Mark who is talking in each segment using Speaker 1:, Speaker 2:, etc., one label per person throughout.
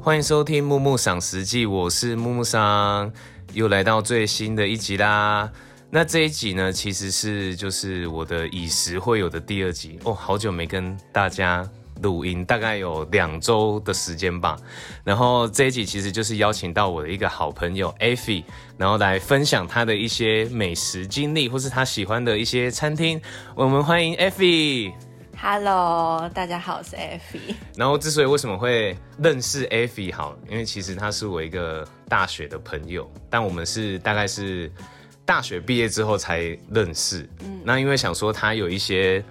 Speaker 1: 欢迎收听《木木赏食记》，我是木木桑，又来到最新的一集啦。那这一集呢，其实是就是我的以食会友的第二集哦，好久没跟大家录音，大概有两周的时间吧。然后这一集其实就是邀请到我的一个好朋友 Effie，然后来分享她的一些美食经历，或是她喜欢的一些餐厅。我们欢迎 Effie。
Speaker 2: Hello，大家好，我是 Effie。
Speaker 1: 然后之所以为什么会认识 Effie 好，因为其实他是我一个大学的朋友，但我们是大概是大学毕业之后才认识。嗯，那因为想说他有一些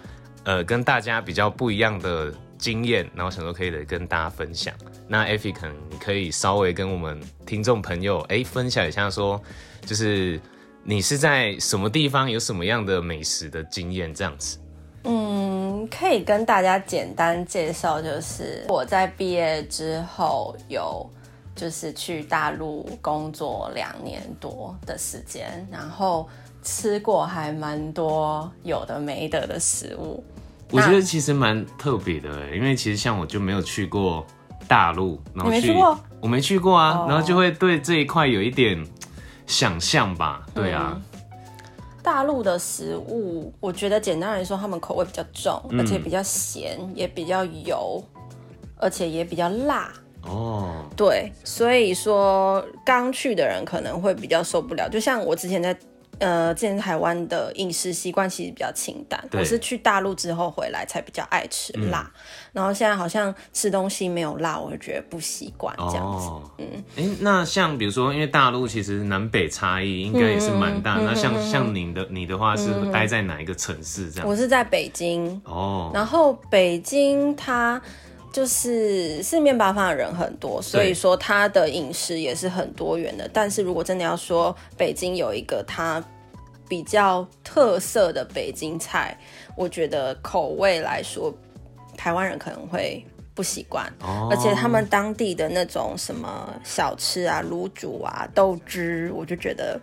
Speaker 1: 呃跟大家比较不一样的经验，然后想说可以来跟大家分享。那 Effie 可能你可以稍微跟我们听众朋友哎分享一下说，就是你是在什么地方有什么样的美食的经验这样子。
Speaker 2: 嗯，可以跟大家简单介绍，就是我在毕业之后有就是去大陆工作两年多的时间，然后吃过还蛮多有的没的的食物。
Speaker 1: 我觉得其实蛮特别的欸，因为其实像我就没有去过大陆，然后
Speaker 2: 你没
Speaker 1: 去
Speaker 2: 去过
Speaker 1: 我没去过啊，
Speaker 2: 哦
Speaker 1: 然后就会对这一块有一点想象吧，对啊，
Speaker 2: 嗯大陆的食物，我觉得简单来说，他们口味比较重，而且比较咸，也比较油，而且也比较辣。
Speaker 1: 哦，
Speaker 2: 对，所以说刚去的人可能会比较受不了。就像我之前在呃，之前台湾的饮食习惯其实比较清淡，
Speaker 1: 对嗯
Speaker 2: 我是去大陆之后回来才比较爱吃辣，然后现在好像吃东西没有辣，我就觉得不习惯这样子。
Speaker 1: 哦，嗯，哎，那像比如说，因为大陆其实南北差异应该也是蛮
Speaker 2: 嗯
Speaker 1: 大，那像像你的你的话是待在哪一个城市这样？
Speaker 2: 我是在北京，
Speaker 1: 哦，
Speaker 2: 然后北京它就是四面八方的人很多，所以说它的饮食也是很多元的。但是如果真的要说北京有一个它比较特色的北京菜，我觉得口味来说，台湾人可能会不习惯。
Speaker 1: 哦
Speaker 2: 而且他们当地的那种什么小吃啊、卤煮啊、豆汁，我就觉得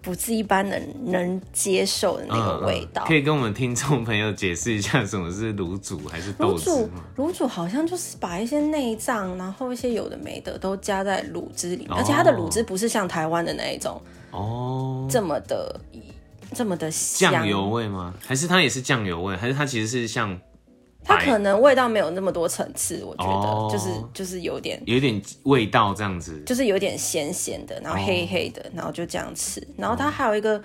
Speaker 2: 不是一般人能接受的那个味道。
Speaker 1: 嗯嗯可以跟我们听众朋友解释一下什么是卤煮还是豆
Speaker 2: 卤
Speaker 1: 汁
Speaker 2: 煮
Speaker 1: 吗？，
Speaker 2: 卤煮好像就是把一些内脏，然后一些有的没的都加在卤汁里面，
Speaker 1: 哦
Speaker 2: 而且它的卤汁不是像台湾的那一种
Speaker 1: 哦，
Speaker 2: 这么的这么的香
Speaker 1: 酱油，味吗？还是它也是酱油味？还是它其实是像
Speaker 2: 它
Speaker 1: 白
Speaker 2: 可能味道没有那么多层次，我觉得、
Speaker 1: 哦
Speaker 2: 就是就是有点
Speaker 1: 有一点味道这样子？
Speaker 2: 就是有点咸咸的，然后黑黑
Speaker 1: 哦
Speaker 2: 的，然后就这样吃。然后它还有一个、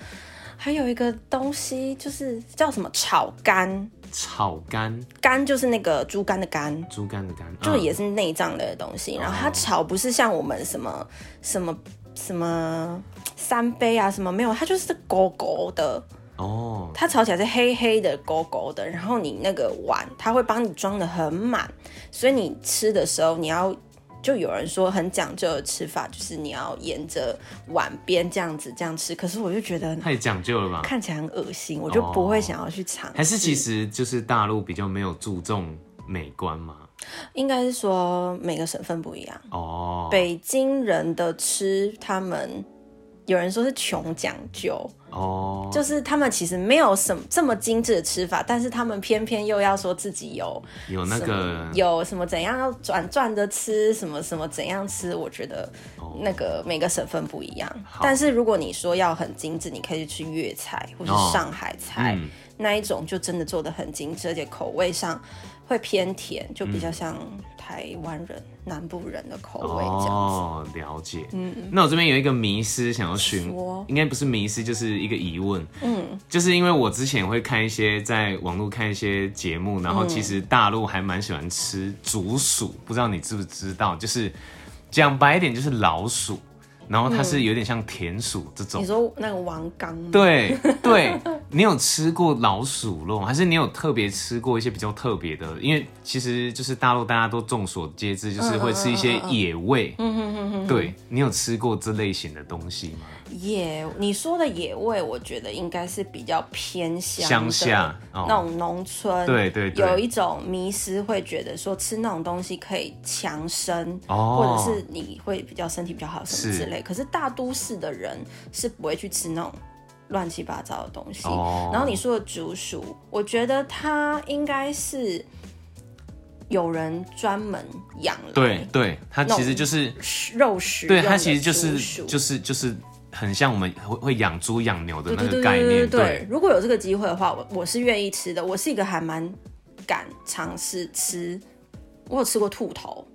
Speaker 2: 还有一个东西就是叫什么炒肝，
Speaker 1: 炒肝，
Speaker 2: 肝就是那个猪肝的肝，
Speaker 1: 猪肝的肝，
Speaker 2: 就
Speaker 1: 嗯哦
Speaker 2: 也是内脏类的东西。然后它炒不是像我们什么什么什么三杯啊什么没有，它就是狗狗的，
Speaker 1: 哦，
Speaker 2: 它炒起来是黑黑的狗狗的。然后你那个碗，它会帮你装的很满，所以你吃的时候你要。就有人说很讲究的吃法，就是你要沿着碗边这样子这样吃。可是我就觉得
Speaker 1: 太讲究了吧？
Speaker 2: 看起来很恶心，我就不会想要去尝。
Speaker 1: 哦还是其实就是大陆比较没有注重美观嘛？
Speaker 2: 应该是说每个省份不一样。
Speaker 1: 哦，
Speaker 2: 北京人的吃，他们有人说是穷讲究，
Speaker 1: 哦，
Speaker 2: 就是他们其实没有什么这么精致的吃法，但是他们偏偏又要说自己有
Speaker 1: 有那个
Speaker 2: 有什么怎样要转转着吃，什么什么怎样吃，我觉得
Speaker 1: 哦
Speaker 2: 那个每个省份不一样。但是如果你说要很精致，你可以去粤菜或是
Speaker 1: 哦
Speaker 2: 上海菜、
Speaker 1: 嗯
Speaker 2: 那一种，就真的做的很精致，而且口味上会偏甜，就比
Speaker 1: 嗯
Speaker 2: 较像台湾人、南部人的口味这样子。
Speaker 1: 哦，了解。嗯，那我这边有一个迷失想要询
Speaker 2: 说，
Speaker 1: 应该不是迷失，就是一个疑问。嗯，就是因为我之前会看一些在网络看一些节目，然后
Speaker 2: 嗯
Speaker 1: 其实大陆还蛮喜欢吃竹鼠，不知道你知不知道？就是讲白一点，就是老鼠，然
Speaker 2: 嗯
Speaker 1: 后它是有点像田鼠这种
Speaker 2: 你。说那个王刚吗？
Speaker 1: 对对，你有吃过老鼠肉吗， 还是你有特别吃过一些比较特别的？因为其实就是大陆大家都众所皆知，就是会吃一些
Speaker 2: 嗯
Speaker 1: 野味。对你有吃过这类型的东西吗？
Speaker 2: 野，你说的野味，我觉得应该是比较偏乡的
Speaker 1: 乡下哦
Speaker 2: 啊那种农村，
Speaker 1: 对对对
Speaker 2: 有一种迷失会觉得说吃那种东西可以强身，
Speaker 1: 哦
Speaker 2: 或者是你会比较身体比较好什么
Speaker 1: 是
Speaker 2: 之类。可是大都市的人是不会去吃那种乱七八糟的东西。
Speaker 1: 哦
Speaker 2: 然后你说的竹鼠，我觉得它应该是有人专门养来
Speaker 1: 对对，它其实就是，
Speaker 2: 食肉食
Speaker 1: 对
Speaker 2: 用的
Speaker 1: 它其实就是
Speaker 2: 猪
Speaker 1: 就
Speaker 2: 鼠
Speaker 1: 是就是很像我们会会养猪养牛的
Speaker 2: 对
Speaker 1: 那
Speaker 2: 对
Speaker 1: 个
Speaker 2: 对
Speaker 1: 概
Speaker 2: 对对对
Speaker 1: 念，
Speaker 2: 对。如果有这个机会的话，我我是愿意吃的。我是一个还蛮敢尝试吃，我有吃过 兔头，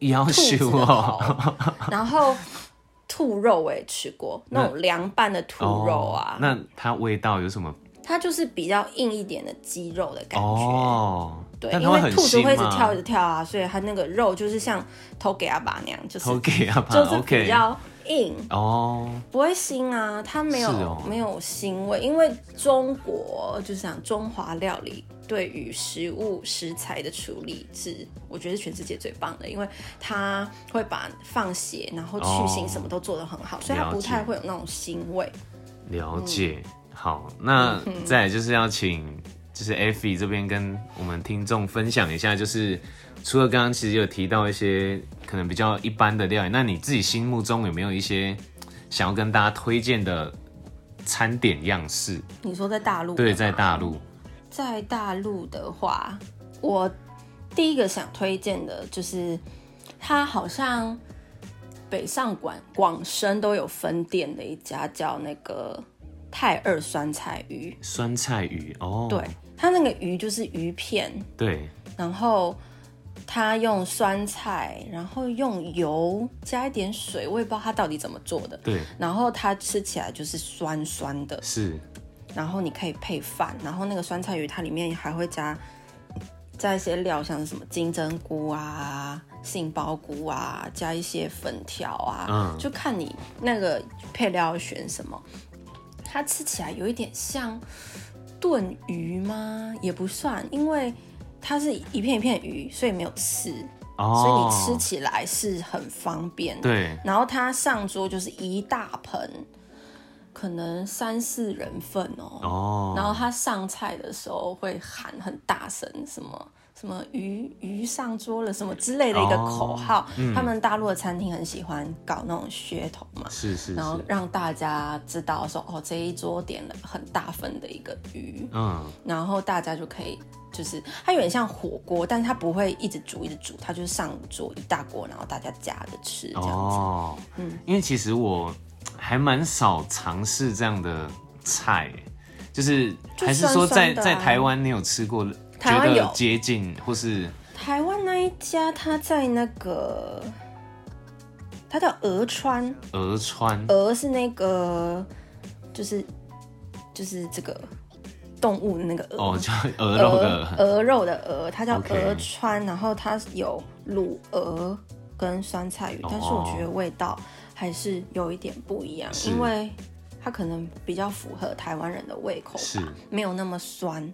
Speaker 1: 要
Speaker 2: 兔子
Speaker 1: 求
Speaker 2: 的
Speaker 1: 哦，
Speaker 2: 头，然后兔肉我也吃过，那种凉拌的兔肉 啊，
Speaker 1: 哦那它味道有什么？
Speaker 2: 它就是比较硬一点的鸡肉的感觉。
Speaker 1: 哦，
Speaker 2: 对，
Speaker 1: 但它
Speaker 2: 因为
Speaker 1: 很
Speaker 2: 兔子
Speaker 1: 腥
Speaker 2: 会一直
Speaker 1: 吗
Speaker 2: 跳一直跳啊，所以它那个肉就是像头给阿爸那样， 就是
Speaker 1: ，OK 啊，
Speaker 2: 就是比
Speaker 1: OK，
Speaker 2: 较硬，
Speaker 1: 哦，
Speaker 2: 不会腥啊，它没有、
Speaker 1: 是哦
Speaker 2: 没有腥味，因为中国就是讲中华料理对于食物食材的处理是，我觉得是全世界最棒的，因为它会把放血然后去腥
Speaker 1: 哦
Speaker 2: 什么都做得很好，所以它
Speaker 1: 了
Speaker 2: 不
Speaker 1: 解
Speaker 2: 太会有那种腥味。
Speaker 1: 了
Speaker 2: 嗯
Speaker 1: 解。好，那再来就是要请就是 Effie 这边跟我们听众分享一下，就是除了刚刚其实有提到一些可能比较一般的料理，那你自己心目中有没有一些想要跟大家推荐的餐点样式？
Speaker 2: 你说在大陆
Speaker 1: 对，
Speaker 2: 吗
Speaker 1: 在大陆
Speaker 2: 在大陆的话，我第一个想推荐的就是，它好像北上广广深都有分店的一家叫那个泰二酸菜鱼，
Speaker 1: 酸菜鱼哦，
Speaker 2: 对，它那个鱼就是鱼片，
Speaker 1: 对，
Speaker 2: 然后它用酸菜，然后用油加一点水，我也不知道它到底怎么做的。
Speaker 1: 对，
Speaker 2: 然后它吃起来就是酸酸的，
Speaker 1: 是
Speaker 2: 然后你可以配饭，然后那个酸菜鱼它里面还会加加一些料，像是什么金针菇啊、杏鲍菇啊，加一些粉条啊，
Speaker 1: 嗯
Speaker 2: 就看你那个配料要选什么。它吃起来有一点像炖鱼吗？也不算，因为它是一片一片鱼，所以没有刺，
Speaker 1: 哦，
Speaker 2: 所以你吃起来是很方便的。
Speaker 1: 对
Speaker 2: 然后它上桌就是一大盆，可能三四人份哦。
Speaker 1: 哦，
Speaker 2: 然后他上菜的时候会喊很大声，什么什么鱼鱼上桌了什么之类的一个口号。
Speaker 1: 哦嗯
Speaker 2: 他们大陆的餐厅很喜欢搞那种噱头嘛，
Speaker 1: 是是
Speaker 2: 然后
Speaker 1: 是，
Speaker 2: 让大家知道说哦这一桌点了很大份的一个鱼，
Speaker 1: 嗯，
Speaker 2: 然后大家就可以。就是它有点像火锅，但是它不会一直煮一直煮，它就是上桌一大锅，然后大家夹着吃这样子。
Speaker 1: 哦，嗯，因为其实我还蛮少尝试这样的菜，就是
Speaker 2: 就
Speaker 1: 还是说在
Speaker 2: 酸酸的啊
Speaker 1: 在台湾你有吃过，
Speaker 2: 台湾
Speaker 1: 觉得
Speaker 2: 有
Speaker 1: 接近或是
Speaker 2: 台湾那一家，它在那个，它叫鹅川，
Speaker 1: 鹅川
Speaker 2: 鹅是那个，就是就是这个动物的那个鹅，
Speaker 1: 哦，叫鹅肉
Speaker 2: 鹅
Speaker 1: 的
Speaker 2: 鹅肉的鹅，它叫
Speaker 1: OK
Speaker 2: 鹅川，然后它有卤鹅跟酸菜鱼，但是我觉得味道还是有一点不一样，
Speaker 1: 是
Speaker 2: 因为它可能比较符合台湾人的胃口
Speaker 1: 是
Speaker 2: 吧，没有那么酸，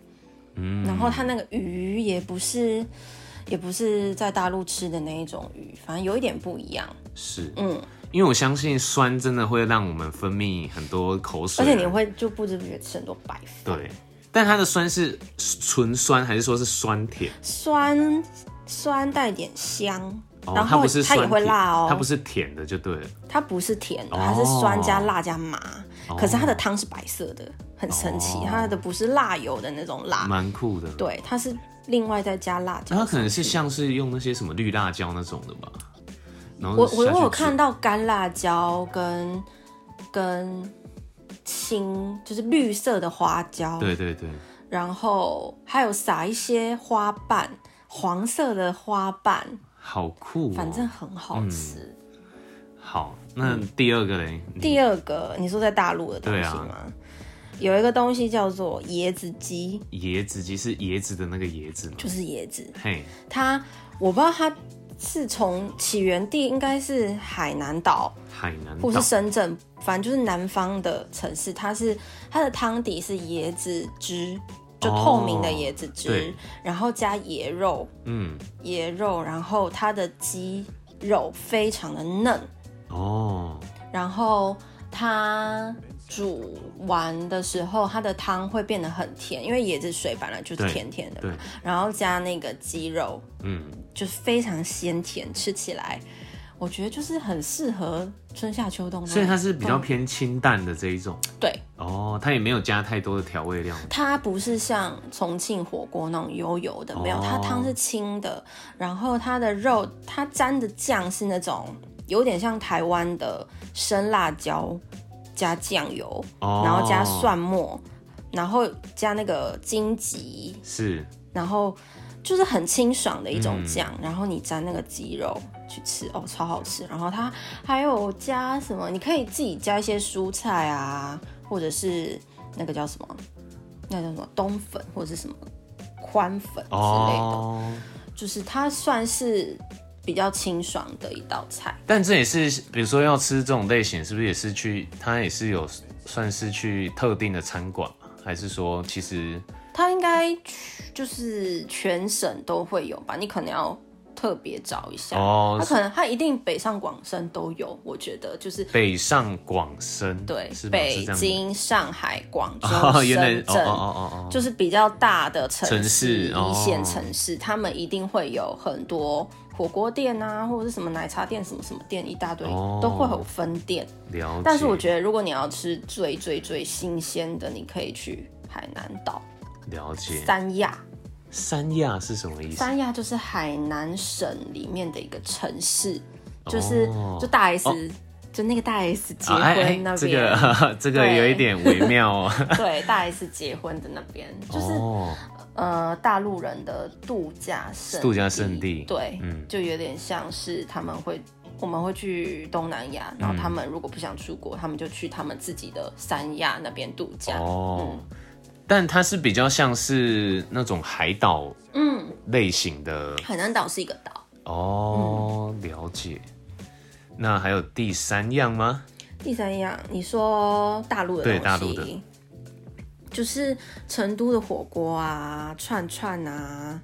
Speaker 1: 嗯，
Speaker 2: 然后它那个鱼也不是。也不是在大陆吃的那一种鱼，反正有一点不一样，
Speaker 1: 是，
Speaker 2: 嗯，
Speaker 1: 因为我相信酸真的会让我们分泌很多口水，
Speaker 2: 而且你会就不知不觉吃很多白饭。
Speaker 1: 对。但它的酸是纯酸还是说是酸甜？
Speaker 2: 酸酸带点香，
Speaker 1: 哦
Speaker 2: 然
Speaker 1: 它
Speaker 2: 后
Speaker 1: 不是
Speaker 2: 它
Speaker 1: 酸
Speaker 2: 也会
Speaker 1: 甜
Speaker 2: 辣哦，
Speaker 1: 它不是甜的就对了。
Speaker 2: 它不是甜的，
Speaker 1: 哦
Speaker 2: 它是酸加辣加麻，可是它的汤是白色的，很神奇，
Speaker 1: 哦
Speaker 2: 它的不是辣油的那种辣，
Speaker 1: 蛮酷的。
Speaker 2: 对，它是另外再加辣椒
Speaker 1: 那
Speaker 2: 上去。
Speaker 1: 它可能是像是用那些什么绿辣椒那种的吧。然后
Speaker 2: 我我
Speaker 1: 下去
Speaker 2: 我有
Speaker 1: 煮
Speaker 2: 看到干辣椒跟跟青，就是绿色的花椒，
Speaker 1: 对对对，
Speaker 2: 然后还有撒一些花瓣，黄色的花瓣，
Speaker 1: 好酷、哦。
Speaker 2: 反正很好吃。
Speaker 1: 好，那第二个嘞，你
Speaker 2: 第二个，你说在大陆的东
Speaker 1: 嗯
Speaker 2: 西
Speaker 1: 对啊
Speaker 2: 吗？有一个东西叫做椰子鸡，
Speaker 1: 椰子鸡是椰子的那个椰子吗？
Speaker 2: 就是椰子。
Speaker 1: 嘿，
Speaker 2: 它我不知道它是从起源地应该是海南岛
Speaker 1: 海南
Speaker 2: 或
Speaker 1: 岛
Speaker 2: 是深圳，反正就是南方的城市。它是它的汤底是椰子汁，就透明的椰子
Speaker 1: 哦
Speaker 2: 汁，
Speaker 1: 对
Speaker 2: 然后加椰肉，
Speaker 1: 嗯，
Speaker 2: 椰肉，然后它的鸡肉非常的嫩，
Speaker 1: 哦，
Speaker 2: 然后它煮完的时候，它的汤会变得很甜，因为椰子水本来就是
Speaker 1: 对
Speaker 2: 甜甜的
Speaker 1: 对
Speaker 2: 嘛。，然后加那个鸡肉，
Speaker 1: 嗯，
Speaker 2: 就是非常鲜甜，吃起来我觉得就是很适合春夏秋冬的。
Speaker 1: 所以它是比较
Speaker 2: 嗯
Speaker 1: 偏清淡的这一种，
Speaker 2: 对，
Speaker 1: 哦，它也没有加太多的调味料。
Speaker 2: 它不是像重庆火锅那种油油的，没有，
Speaker 1: 哦
Speaker 2: 它汤是清的，然后它的肉，它沾的酱是那种有点像台湾的生辣椒加酱油，
Speaker 1: 哦，
Speaker 2: 然后加蒜末，然后加那个荆棘，
Speaker 1: 是
Speaker 2: 然后就是很清爽的一种酱，
Speaker 1: 嗯
Speaker 2: 然后你沾那个鸡肉去吃，哦，超好吃。然后它还有加什么？你可以自己加一些蔬菜啊，或者是那个叫什么，那叫什么冬粉或者是什么宽粉之类的，
Speaker 1: 哦，
Speaker 2: 就是它算是比较清爽的一道菜。
Speaker 1: 但这也是比如说要吃这种类型，是不是也是去它也是有算是去特定的餐馆吗？还是说其实
Speaker 2: 它应该就是全省都会有吧？你可能要特别找一下。
Speaker 1: 哦
Speaker 2: 它可能它一定北上广深都有，我觉得就是
Speaker 1: 北上广深
Speaker 2: 对
Speaker 1: 是，吗
Speaker 2: 北
Speaker 1: 是这样吗
Speaker 2: 京、上海、广 州、
Speaker 1: 哦，原来
Speaker 2: 深
Speaker 1: 哦
Speaker 2: 圳，
Speaker 1: 哦哦哦
Speaker 2: 就是比较大的城
Speaker 1: 城市哦
Speaker 2: 一线城市，他们一定会有很多火锅店啊，或者是什么奶茶店、什么什么店，一大堆、
Speaker 1: 哦
Speaker 2: 都会有分店。
Speaker 1: 哦，了解。
Speaker 2: 但是我觉得，如果你要吃最最最新鲜的，你可以去海南岛
Speaker 1: 了解
Speaker 2: 三亚。
Speaker 1: 三亚是什么意思？
Speaker 2: 三亚就是海南省里面的一个城市，就是、
Speaker 1: 哦
Speaker 2: 就大 S、就那个大 S 结
Speaker 1: 啊哎哎
Speaker 2: 婚那边，
Speaker 1: 这个 这个
Speaker 2: 对
Speaker 1: 有一点微妙哦。
Speaker 2: 对大 S 结婚的那边，就是、
Speaker 1: 哦，
Speaker 2: 呃大陆人的度假胜
Speaker 1: 度假胜地
Speaker 2: 对，
Speaker 1: 嗯
Speaker 2: 就有点像是他们会。我们会去东南亚，然后
Speaker 1: 嗯
Speaker 2: 他们如果不想出国，他们就去他们自己的三亚那边度假。
Speaker 1: 哦，但它是比较像是那种海岛嗯类型的
Speaker 2: 海南岛是一个岛，
Speaker 1: 哦，
Speaker 2: 嗯
Speaker 1: 了解。那还有第三样吗？
Speaker 2: 第三样，你说大陆的东西，
Speaker 1: 对大陆的
Speaker 2: 就是成都的火锅啊、串串啊、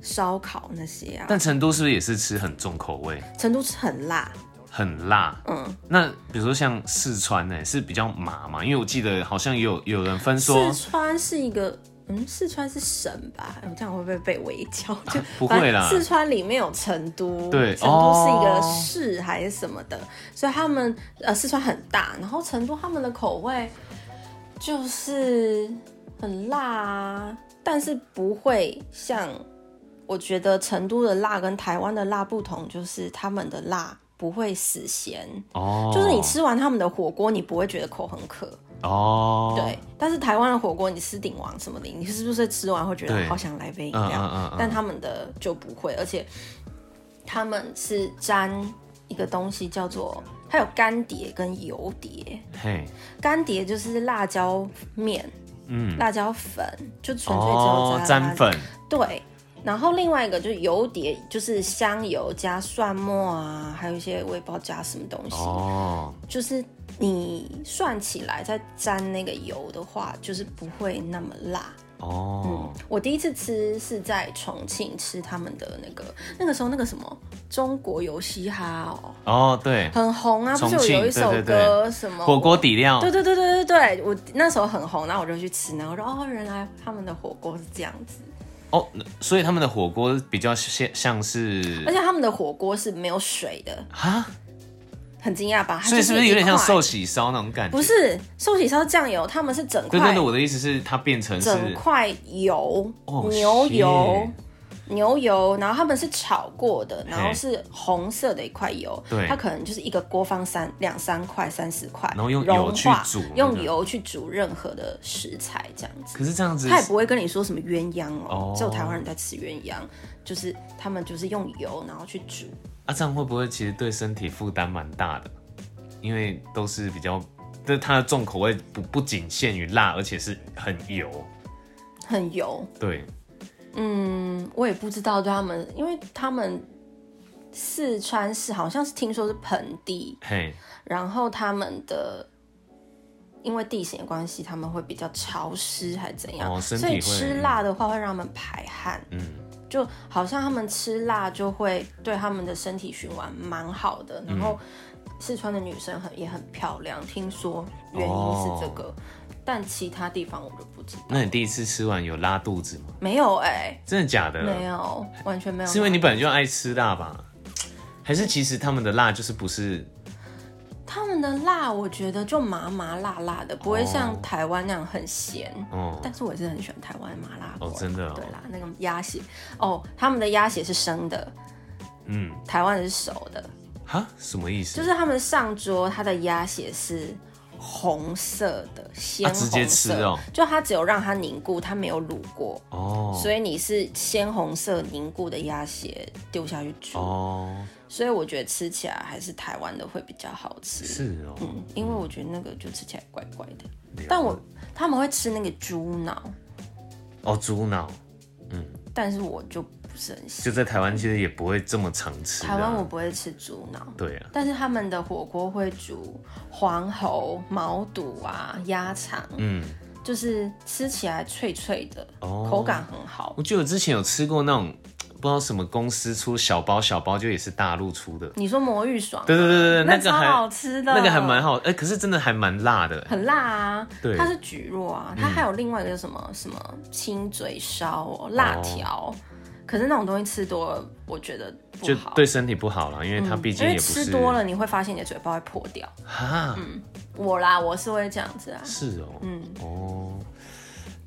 Speaker 2: 烧烤那些啊。
Speaker 1: 但成都是不是也是吃很重口味，
Speaker 2: 成都是很辣，
Speaker 1: 很辣？
Speaker 2: 嗯，
Speaker 1: 那比如说像四川呢、是比较麻嘛？因为我记得好像也有有人分说
Speaker 2: 四川是一个。嗯，四川是省吧？哎我这样会不会被围剿？ 就、
Speaker 1: 不会啦
Speaker 2: 反正四川里面有成都，
Speaker 1: 对
Speaker 2: 成都是一个
Speaker 1: 哦
Speaker 2: 市还是什么的，所以他们呃四川很大，然后成都他们的口味就是很辣啊，但是不会像我觉得成都的辣跟台湾的辣不同，就是他们的辣不会死咸，
Speaker 1: 哦，
Speaker 2: 就是你吃完他们的火锅，你不会觉得口很渴。
Speaker 1: 哦，
Speaker 2: 对，但是台湾的火锅，你吃鼎王什么的，你是不是吃完会觉
Speaker 1: 对
Speaker 2: 得好想来杯饮
Speaker 1: 嗯
Speaker 2: 料？
Speaker 1: 嗯嗯嗯
Speaker 2: 但他们的就不会，而且他们是沾一个东西叫做，它有干碟跟油碟。
Speaker 1: 嘿，
Speaker 2: 干碟就是辣椒面，嗯，辣椒粉，就纯粹只有
Speaker 1: 哦，沾。粉
Speaker 2: 对，然后另外一个就是油碟，就是香油加蒜末啊，还有一些我也不知道加什么东西。
Speaker 1: 哦，
Speaker 2: 就是你涮起来再沾那个油的话，就是不会那么辣。
Speaker 1: 哦，
Speaker 2: 我第一次吃是在重庆吃他们的那个，那个时候那个什么中国游嘻哈哦，
Speaker 1: 哦，对，
Speaker 2: 很红啊，不
Speaker 1: 重
Speaker 2: 是
Speaker 1: 庆
Speaker 2: 有有一首
Speaker 1: 对对
Speaker 2: 歌
Speaker 1: 对
Speaker 2: 什么
Speaker 1: 火锅？底料，
Speaker 2: 对对对对对对，我那时候很红，然后我就去吃，然后我说哦，原来他们的火锅是这样子，
Speaker 1: 哦，所以他们的火锅比较像像是
Speaker 2: 而且他们的火锅是没有水的，
Speaker 1: 啊，
Speaker 2: 很惊讶吧？它
Speaker 1: 所以
Speaker 2: 就是
Speaker 1: 不是有点像
Speaker 2: 一块
Speaker 1: 寿？喜烧那种感觉？
Speaker 2: 不，是寿喜烧酱油，他们是整块
Speaker 1: 对对对，我的意思是它变成是
Speaker 2: 整块油、
Speaker 1: 哦
Speaker 2: 牛油
Speaker 1: shit、
Speaker 2: 牛油，然后他们是炒过的，然后
Speaker 1: 嘿
Speaker 2: 是红色的一块油
Speaker 1: 对，
Speaker 2: 它可能就是一个锅放三两三块、三四块，
Speaker 1: 然后用油
Speaker 2: 融化
Speaker 1: 去煮那个
Speaker 2: 用油去煮任何的食材这样子。
Speaker 1: 可是这样子
Speaker 2: 他也不会跟你说什么鸳鸯
Speaker 1: 哦
Speaker 2: 哦，只有台湾人在吃鸳鸯，就是他们就是用油然后去煮，
Speaker 1: 啊，这样会不会其实对身体负担蛮大的？因为都是比较，就是它的重口味不不仅限于辣，而且是很油，
Speaker 2: 很油。
Speaker 1: 对，
Speaker 2: 嗯，我也不知道对他们，因为他们四川是好像是听说是盆地，
Speaker 1: 嘿，
Speaker 2: 然后他们的因为地形的关系，他们会比较潮湿还怎样，
Speaker 1: 哦身体
Speaker 2: 所以
Speaker 1: 会
Speaker 2: 吃辣的话会让他们排汗，
Speaker 1: 嗯，
Speaker 2: 就好像他们吃辣就会对他们的身体循环蛮好的。
Speaker 1: 嗯
Speaker 2: 然后四川的女生很也很漂亮，听说原因是这
Speaker 1: 哦
Speaker 2: 个，但其他地方我就不知道。
Speaker 1: 那你第一次吃完有拉肚子吗？
Speaker 2: 没有哎、
Speaker 1: 真的假的？
Speaker 2: 没有，完全没有。
Speaker 1: 是因为你本来就爱吃辣吧？还是其实他们的辣就是不是
Speaker 2: 他们的辣我觉得就麻麻辣辣的，不会像
Speaker 1: 哦
Speaker 2: 台湾那样很咸。
Speaker 1: 哦，
Speaker 2: 但是我也是很喜欢台湾麻辣锅、
Speaker 1: 哦真的哦
Speaker 2: 对啦，那个鸭血哦，他们的鸭血是生的，
Speaker 1: 嗯，
Speaker 2: 台湾的是熟的，
Speaker 1: 哈，什么意思？
Speaker 2: 就是他们上桌，它的鸭血是红色的，鲜
Speaker 1: 啊
Speaker 2: 红色，
Speaker 1: 直接吃哦
Speaker 2: 就它只有让它凝固，它没有卤过，
Speaker 1: 哦，
Speaker 2: 所以你是鲜红色凝固的鸭血丢下去煮，
Speaker 1: 哦，
Speaker 2: 所以我觉得吃起来还是台湾的会比较好吃。
Speaker 1: 是哦，
Speaker 2: 嗯，因为我觉得那个就吃起来怪怪的，
Speaker 1: 了
Speaker 2: 但我他们会吃那个猪脑，
Speaker 1: 哦猪脑
Speaker 2: 但是我就不是很喜
Speaker 1: 就在台湾其实也不会这么常吃的啊、
Speaker 2: 台湾我不会吃猪脑，
Speaker 1: 对啊，
Speaker 2: 但是他们的火锅会煮黄喉、毛肚啊、鸭肠，
Speaker 1: 嗯，
Speaker 2: 就是吃起来脆脆的，
Speaker 1: 哦
Speaker 2: 口感很好。
Speaker 1: 我记得我之前有吃过那种不知道什么公司出小包小包，就也是大陆出的，
Speaker 2: 你说魔芋爽，
Speaker 1: 对对对对，
Speaker 2: 那
Speaker 1: 个
Speaker 2: 超
Speaker 1: 还
Speaker 2: 好吃的，
Speaker 1: 那个还蛮好，哎、可是真的还蛮辣的、
Speaker 2: 很辣啊，
Speaker 1: 对嗯
Speaker 2: 它是蒟蒻啊，它还有另外一个叫什么、什么亲嘴烧、哦、辣条，可是那种东西吃多了，我觉得不
Speaker 1: 就
Speaker 2: 好。
Speaker 1: 对身体不好了，因为它
Speaker 2: 嗯
Speaker 1: 毕竟
Speaker 2: 因
Speaker 1: 也
Speaker 2: 为
Speaker 1: 不是
Speaker 2: 吃多了，你嗯会发现你的嘴巴会破掉。
Speaker 1: 哈，
Speaker 2: 我啦，我是会这样子啊。
Speaker 1: 是哦，嗯哦，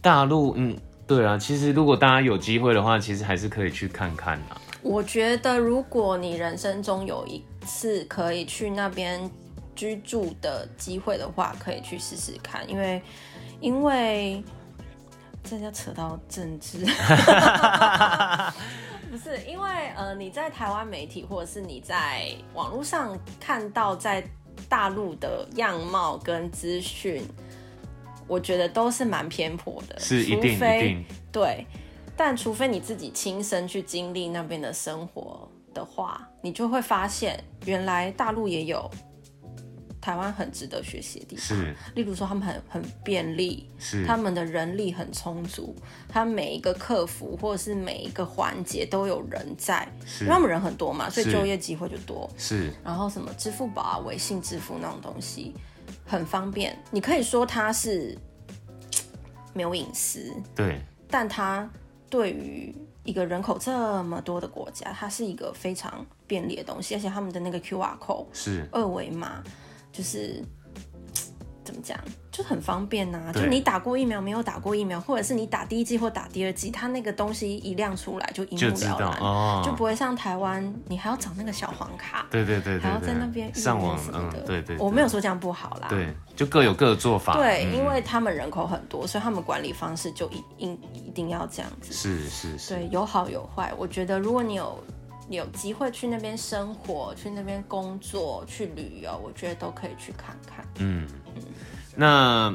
Speaker 1: 大陆嗯。对啊，其实如果大家有机会的话，其实还是可以去看看啦。
Speaker 2: 我觉得，如果你人生中有一次可以去那边居住的机会的话，可以去试试看，因为因为这要扯到政 治，不是因为呃，你在台湾媒体或者是你在网络上看到在大陆的样貌跟资讯，我觉得都是蛮偏颇的，
Speaker 1: 是一定一
Speaker 2: 除非
Speaker 1: 定，
Speaker 2: 对，但除非你自己亲身去经历那边的生活的话，你就会发现，原来大陆也有台湾很值得学习的地方。
Speaker 1: 是嗯
Speaker 2: 例如说，他们很很便利，
Speaker 1: 是
Speaker 2: 他们的人力很充足，他每一个客服或者是每一个环节都有人在，因
Speaker 1: 是
Speaker 2: 为他们人很多嘛，所以
Speaker 1: 是
Speaker 2: 就业机会就多。
Speaker 1: 是
Speaker 2: 然后什么支付宝啊、微信支付那种东西，很方便。你可以说它是没有隐私，
Speaker 1: 对，
Speaker 2: 但它对于一个人口这么多的国家，它是一个非常便利的东西，而且他们的那个 QR code
Speaker 1: 是
Speaker 2: 二维码，就是嘖怎么讲，就很方便呐、就
Speaker 1: 对
Speaker 2: 你打过疫苗没有打过疫苗，或者是你打第一剂或打第二剂，它那个东西一亮出来就一目
Speaker 1: 就知
Speaker 2: 了
Speaker 1: 道
Speaker 2: 然，
Speaker 1: 哦
Speaker 2: 就不会像台湾你还要找那个小黄卡。
Speaker 1: 对对对对对，
Speaker 2: 还要在那边预约
Speaker 1: 上网，
Speaker 2: 什么
Speaker 1: 嗯
Speaker 2: 的，，
Speaker 1: 对对，
Speaker 2: 我
Speaker 1: 对
Speaker 2: 没有说这样不好啦。
Speaker 1: 对，就各有各的做法，
Speaker 2: 对，
Speaker 1: 嗯
Speaker 2: 因为他们人口很多，所以他们管理方式就一一一定要这样子。
Speaker 1: 是是是，
Speaker 2: 对，有好有坏。我觉得如果你有你有机会去那边生活、去那边工作、去旅游，我觉得都可以去看看。
Speaker 1: 嗯，那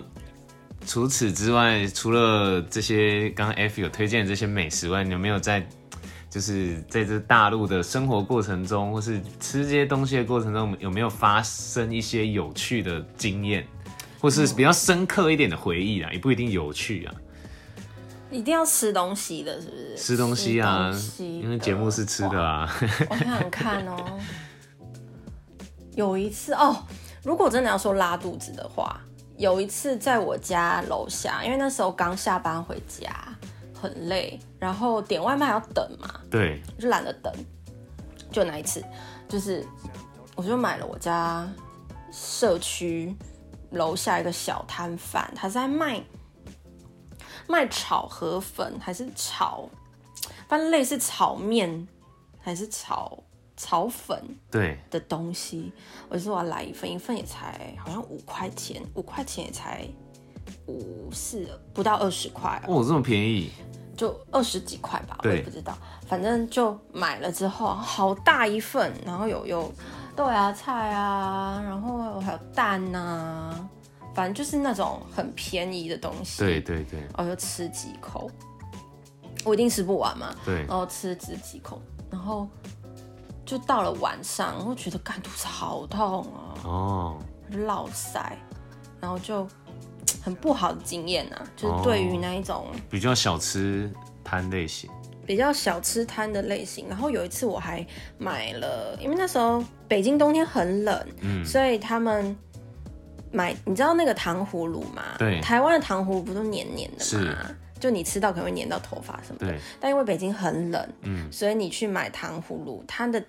Speaker 1: 除此之外，除了这些刚刚 F 有推荐的这些美食外，你有没有在就是在这大陆的生活过程中，或是吃这些东西的过程中，有没有发生一些有趣的经验，或是
Speaker 2: 嗯
Speaker 1: 比较深刻一点的回忆啊？也不一定有趣啊，
Speaker 2: 一定要吃东西的，是不是？
Speaker 1: 吃东西啊，
Speaker 2: 吃东西
Speaker 1: 因为节目是吃的
Speaker 2: 哇。
Speaker 1: 啊，
Speaker 2: 我想想看哦，有一次哦，如果真的要说拉肚子的话，有一次在我家楼下，因为那时候刚下班回家，很累，然后点外卖还要等嘛，
Speaker 1: 对，
Speaker 2: 我就懒得等，就那一次，就是我就买了我家社区楼下一个小摊贩，他在卖卖炒河粉还是炒，反正类似炒面还是炒炒粉
Speaker 1: 对，
Speaker 2: 的东西，我就说我要来一份，一份也才好像五块钱，五块钱也才五四不到二十块、哦，
Speaker 1: 哦，这么便宜，
Speaker 2: 就二十几块吧，我
Speaker 1: 对
Speaker 2: 也不知道，反正就买了之后，好大一份，然后有有豆芽菜啊，然后还有蛋啊，反正就是那种很便宜的东西。
Speaker 1: 对，对对
Speaker 2: 我就吃几口，我一定吃不完嘛，
Speaker 1: 对
Speaker 2: 然，后吃只几口，然后就到了晚上，我觉得干肚子好痛哦、
Speaker 1: 哦，
Speaker 2: 落塞，然后就很不好的经验啊，就是对于
Speaker 1: 哦
Speaker 2: 那一种。
Speaker 1: 比较小吃摊类型，
Speaker 2: 比较小吃摊的类型。然后有一次我还买了，因为那时候北京冬天很冷，
Speaker 1: 嗯
Speaker 2: 所以他们买，你知道那个糖葫芦吗？
Speaker 1: 对
Speaker 2: 台湾的糖葫芦不都黏黏的
Speaker 1: 是
Speaker 2: 吗？就你吃到可能会黏到头发什么的。
Speaker 1: 对，
Speaker 2: 但因为北京很冷，
Speaker 1: 嗯
Speaker 2: 所以你去买糖葫芦，它的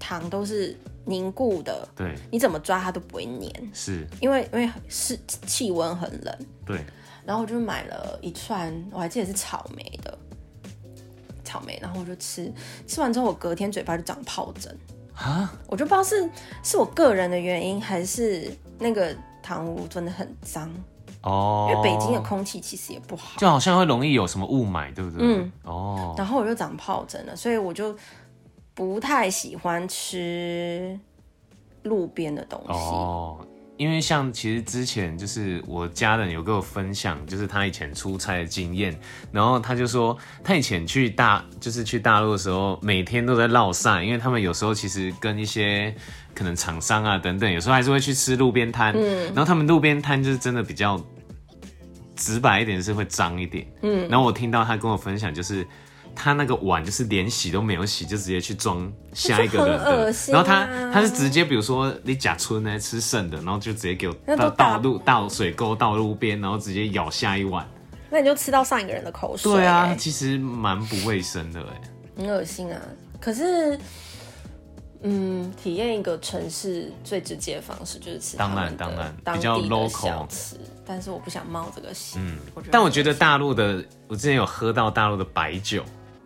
Speaker 2: 糖都是凝固的，
Speaker 1: 对，
Speaker 2: 你怎么抓它都不会粘，
Speaker 1: 是，
Speaker 2: 因为因为是气温很冷。
Speaker 1: 对，
Speaker 2: 然后我就买了一串，我还记得是草莓的，草莓，然后我就吃，吃完之后我隔天嘴巴就长疱疹，
Speaker 1: 啊，
Speaker 2: 我就不知道是是我个人的原因，还是那个堂屋真的很脏，
Speaker 1: 哦，
Speaker 2: 因为北京的空气其实也不好，
Speaker 1: 就好像会容易有什么雾霾，对不对？
Speaker 2: 嗯，
Speaker 1: 哦，
Speaker 2: 然后我就长疱疹了，所以我就不太喜欢吃路边的东西，
Speaker 1: 哦，因为像其实之前就是我家人有跟我分享，就是他以前出差的经验，然后他就说他以前去大就是去大陆的时候，每天都在绕晒，因为他们有时候其实跟一些可能厂商啊等等，有时候还是会去吃路边摊，
Speaker 2: 嗯
Speaker 1: 然后他们路边摊就是真的比较直白一点是会脏一点，嗯，然后我听到他跟我分享就是。他那个碗就是连洗都没有洗，就直接去装下一个 人
Speaker 2: 那就很
Speaker 1: 的，
Speaker 2: 恶心
Speaker 1: 然
Speaker 2: 啊
Speaker 1: 后他他是直接比如说你假春呢吃剩的，然后就直接给我
Speaker 2: 那
Speaker 1: 到
Speaker 2: 都打
Speaker 1: 道路到水沟到路边，然后直接舀下一碗。
Speaker 2: 那你就吃到上一个人的口水、
Speaker 1: 对啊，
Speaker 2: 欸
Speaker 1: 其实蛮不卫生的哎。
Speaker 2: 很恶心啊。可是，嗯，体验一个城市最直接的方式就是吃他
Speaker 1: 当然
Speaker 2: 们的
Speaker 1: 当然
Speaker 2: 当
Speaker 1: 比较
Speaker 2: 地的
Speaker 1: local
Speaker 2: 小吃，但是我不想冒这个险。嗯，
Speaker 1: 但我觉得大陆的，我之前有喝到大陆的白酒，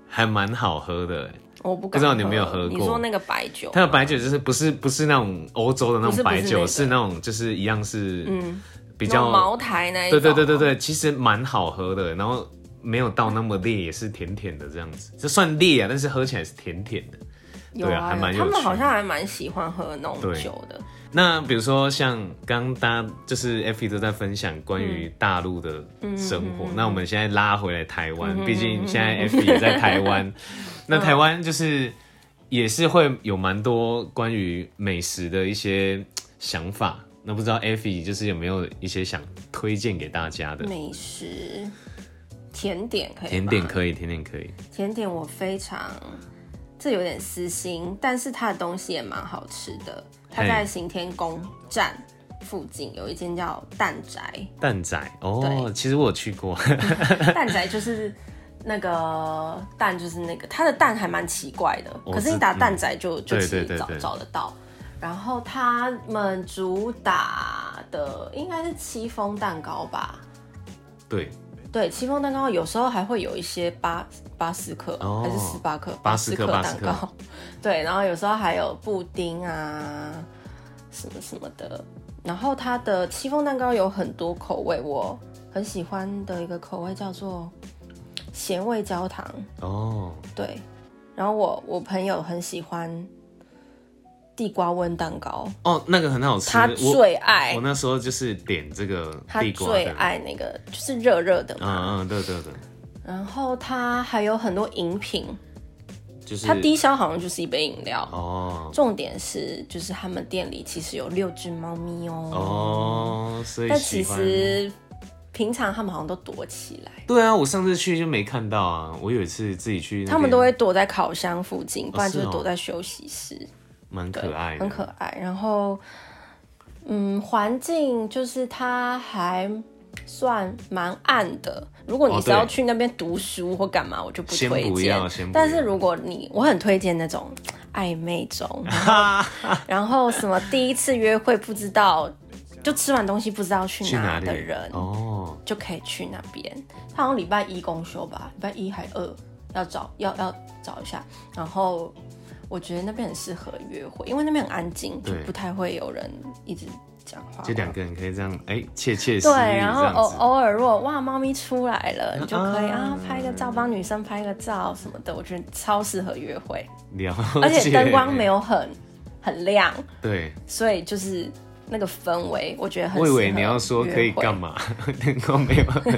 Speaker 1: 还蛮好喝的哎。
Speaker 2: 我不
Speaker 1: 不
Speaker 2: 敢
Speaker 1: 知道你有没有喝过
Speaker 2: 你说那个白酒，
Speaker 1: 它的白酒就是不是不是那种欧洲的那
Speaker 2: 不
Speaker 1: 种
Speaker 2: 是不是
Speaker 1: 白酒，
Speaker 2: 那个
Speaker 1: 是那种就是一样是嗯比
Speaker 2: 比
Speaker 1: 较
Speaker 2: 茅台那一
Speaker 1: 对
Speaker 2: 种，
Speaker 1: 对对对对，其实蛮好喝的，然后没有到那么烈，也是甜甜的这样子，这算烈啊，但是喝起来是甜甜的。
Speaker 2: 有
Speaker 1: 对啊还蛮有
Speaker 2: 他们
Speaker 1: 趣
Speaker 2: 好像还蛮喜欢喝那种
Speaker 1: 对
Speaker 2: 酒的。
Speaker 1: 那比如说像刚刚大家就是 F 都在分享关
Speaker 2: 嗯
Speaker 1: 于大陆的生活，那我们现在拉回来台
Speaker 2: 嗯
Speaker 1: 湾，毕竟现在 F 也在台 湾，那台湾就是也是会有蛮多关于美食的一些想法。那不知道 F 就是有没有一些想推荐给大家的
Speaker 2: 美食甜点可以吗
Speaker 1: 甜点？可以，甜点可以。
Speaker 2: 甜点我非常，这有点私心，但是它的东西也蛮好吃的。它
Speaker 1: 嘿
Speaker 2: 在行天宫站附近有一间叫蛋宅，
Speaker 1: 蛋仔哦，
Speaker 2: 对
Speaker 1: 其实我有去过，
Speaker 2: 蛋宅就是那个蛋，就是那个它的蛋还蛮奇怪的，
Speaker 1: 我
Speaker 2: 可是
Speaker 1: 知
Speaker 2: 你打蛋仔就、就
Speaker 1: 对
Speaker 2: 其实
Speaker 1: 对对
Speaker 2: 找
Speaker 1: 对
Speaker 2: 找得到。然后他们主打的应该是戚风蛋糕吧？
Speaker 1: 对，
Speaker 2: 对，戚风蛋糕有时候还会有一些巴巴斯克、
Speaker 1: 哦
Speaker 2: 还是斯巴克
Speaker 1: 巴斯克
Speaker 2: 克蛋
Speaker 1: 巴斯
Speaker 2: 糕，对，然后有时候还有布丁啊什么什么的。然后它的戚风蛋糕有很多口味，我很喜欢的一个口味叫做咸味焦糖，
Speaker 1: 哦，
Speaker 2: 对。然后我我朋友很喜欢地瓜温蛋糕，
Speaker 1: 哦，那个很好吃，
Speaker 2: 他
Speaker 1: 我
Speaker 2: 最爱
Speaker 1: 我那时候就是点这个
Speaker 2: 他
Speaker 1: 地瓜的，
Speaker 2: 最爱那个就是热热的
Speaker 1: 嗯
Speaker 2: 嘛。
Speaker 1: 嗯，对对对，
Speaker 2: 然后它还有很多饮品，
Speaker 1: 就是
Speaker 2: 它低消好像就是一杯饮料。
Speaker 1: 哦
Speaker 2: 重点是，就是他们店里其实有六只猫咪哦。
Speaker 1: 哦，所以
Speaker 2: 但
Speaker 1: 喜
Speaker 2: 其
Speaker 1: 欢
Speaker 2: 实平常他们好像都躲起来，
Speaker 1: 对啊，我上次去就没看到啊，我有一次自己去那边，
Speaker 2: 他们都会躲在烤箱附近，不然就是
Speaker 1: 哦
Speaker 2: 躲在休息室。
Speaker 1: 蛮
Speaker 2: 对
Speaker 1: 可爱的，
Speaker 2: 很可爱。然后，嗯，环境就是它还算蛮暗的。如果
Speaker 1: 哦
Speaker 2: 你是要
Speaker 1: 对
Speaker 2: 去那边读书或干嘛，我就不
Speaker 1: 先
Speaker 2: 推
Speaker 1: 不
Speaker 2: 荐
Speaker 1: 要先。不
Speaker 2: 但是
Speaker 1: 要
Speaker 2: 如果你，我很推荐那种暧 昧中，然后然后什么第一次约会不知道，就吃完东西不知道去
Speaker 1: 去哪
Speaker 2: 哪
Speaker 1: 里
Speaker 2: 的人，
Speaker 1: 哦，
Speaker 2: 就可以去那边。他好像礼拜一公休吧，礼拜一还二要找要要找一下。然后我觉得那边很适合约会，因为那边很安静，就
Speaker 1: 对
Speaker 2: 不太会有人一直讲话。
Speaker 1: 就两个人可以这样，哎、切切实实
Speaker 2: 对，
Speaker 1: 这
Speaker 2: 然后哦偶
Speaker 1: 样子，
Speaker 2: 偶尔如果哇猫咪出来了，你就可以
Speaker 1: 啊
Speaker 2: 啊拍个照，帮女生拍个照什么的，我觉得超适合约会，
Speaker 1: 了
Speaker 2: 而且
Speaker 1: 解
Speaker 2: 灯光没有很很亮，
Speaker 1: 对，
Speaker 2: 所以就是。那个氛围，我觉得很
Speaker 1: 我以
Speaker 2: 适合
Speaker 1: 为你要说可以干
Speaker 2: 嘛？
Speaker 1: 嘛，灯光没有，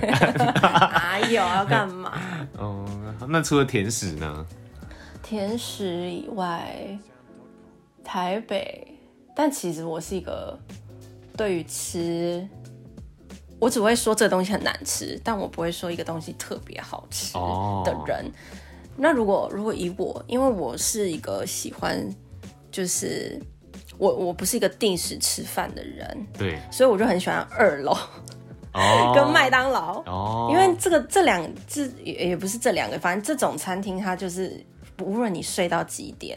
Speaker 2: 哪有要干嘛？
Speaker 1: 哦，那除了甜食呢？
Speaker 2: 甜食以外，台北，但其实我是一个对于吃，我只会说这东西很难吃，但我不会说一个东西特别好吃
Speaker 1: 哦
Speaker 2: 的人。那如果如果以我，因为我是一个喜欢，就是我我不是一个定时吃饭的人，
Speaker 1: 对，
Speaker 2: 所以我就很喜欢二楼
Speaker 1: 哦，
Speaker 2: 跟麦当劳。
Speaker 1: 哦，
Speaker 2: 因为这个这两这也也不是这两个，反正这种餐厅它就是，无论你睡到几点，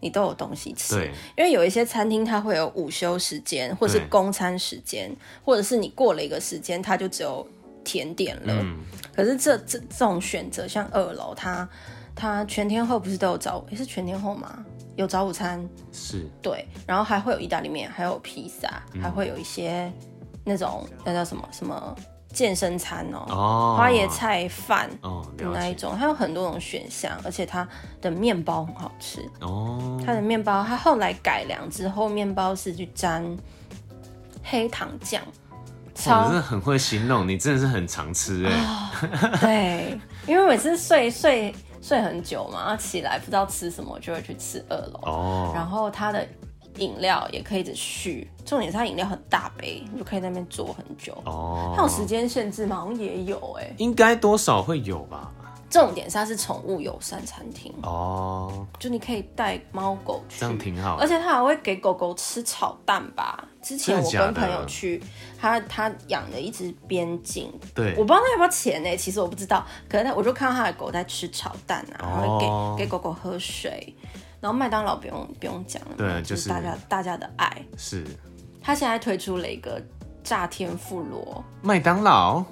Speaker 2: 你都有东西吃。
Speaker 1: 对，
Speaker 2: 因为有一些餐厅它会有午休时间，或是
Speaker 1: 对
Speaker 2: 公餐时间，或者是你过了一个时间，它就只有甜点了。
Speaker 1: 嗯
Speaker 2: 可是这这这种选择，像二楼它它全天候不是都有早，也是全天候吗？有早午餐，
Speaker 1: 是
Speaker 2: 对，然后还会有意大利面，还有披萨，
Speaker 1: 嗯
Speaker 2: 还会有一些那种那叫什么什么健身餐哦，
Speaker 1: 哦
Speaker 2: 花椰菜饭
Speaker 1: 哦，
Speaker 2: 的
Speaker 1: 了
Speaker 2: 那一
Speaker 1: 解
Speaker 2: 种，它有很多种选项，而且它的面包很好吃，
Speaker 1: 哦，
Speaker 2: 它的面包它后来改良之后，面包是去沾黑糖酱，
Speaker 1: 哇哦你
Speaker 2: 超啊
Speaker 1: 真的很会形容，你真的是很常吃哎，
Speaker 2: 对，因为每次睡睡睡很久嘛，然后起来不知道吃什么，就会去吃二楼。然
Speaker 1: 哦，
Speaker 2: 后它的饮料也可以一直续，重点是它饮料很大杯，你就可以在那边坐很久。它有时
Speaker 1: 哦，
Speaker 2: 间限制吗？好像也有哎、
Speaker 1: 应该多少会有吧？
Speaker 2: 重点是它是宠物友善餐厅，
Speaker 1: 哦，
Speaker 2: 就你可以带猫狗去
Speaker 1: 这，样挺好的
Speaker 2: 而且它还会给狗狗吃炒蛋吧。之前
Speaker 1: 真
Speaker 2: 我
Speaker 1: 的假
Speaker 2: 跟
Speaker 1: 的
Speaker 2: 朋友去，他他养了一只边境，
Speaker 1: 对
Speaker 2: 呃我不知道那要不要钱呢、其实我不知道，可能我就看到他的狗在吃炒蛋啊，然后给、
Speaker 1: 哦
Speaker 2: 给狗狗喝水，然后麦当劳不用不用讲了嘛，
Speaker 1: 对
Speaker 2: 就
Speaker 1: 就是
Speaker 2: 大家大家的爱。
Speaker 1: 是
Speaker 2: 他现在推出了一个炸天妇罗，
Speaker 1: 麦当劳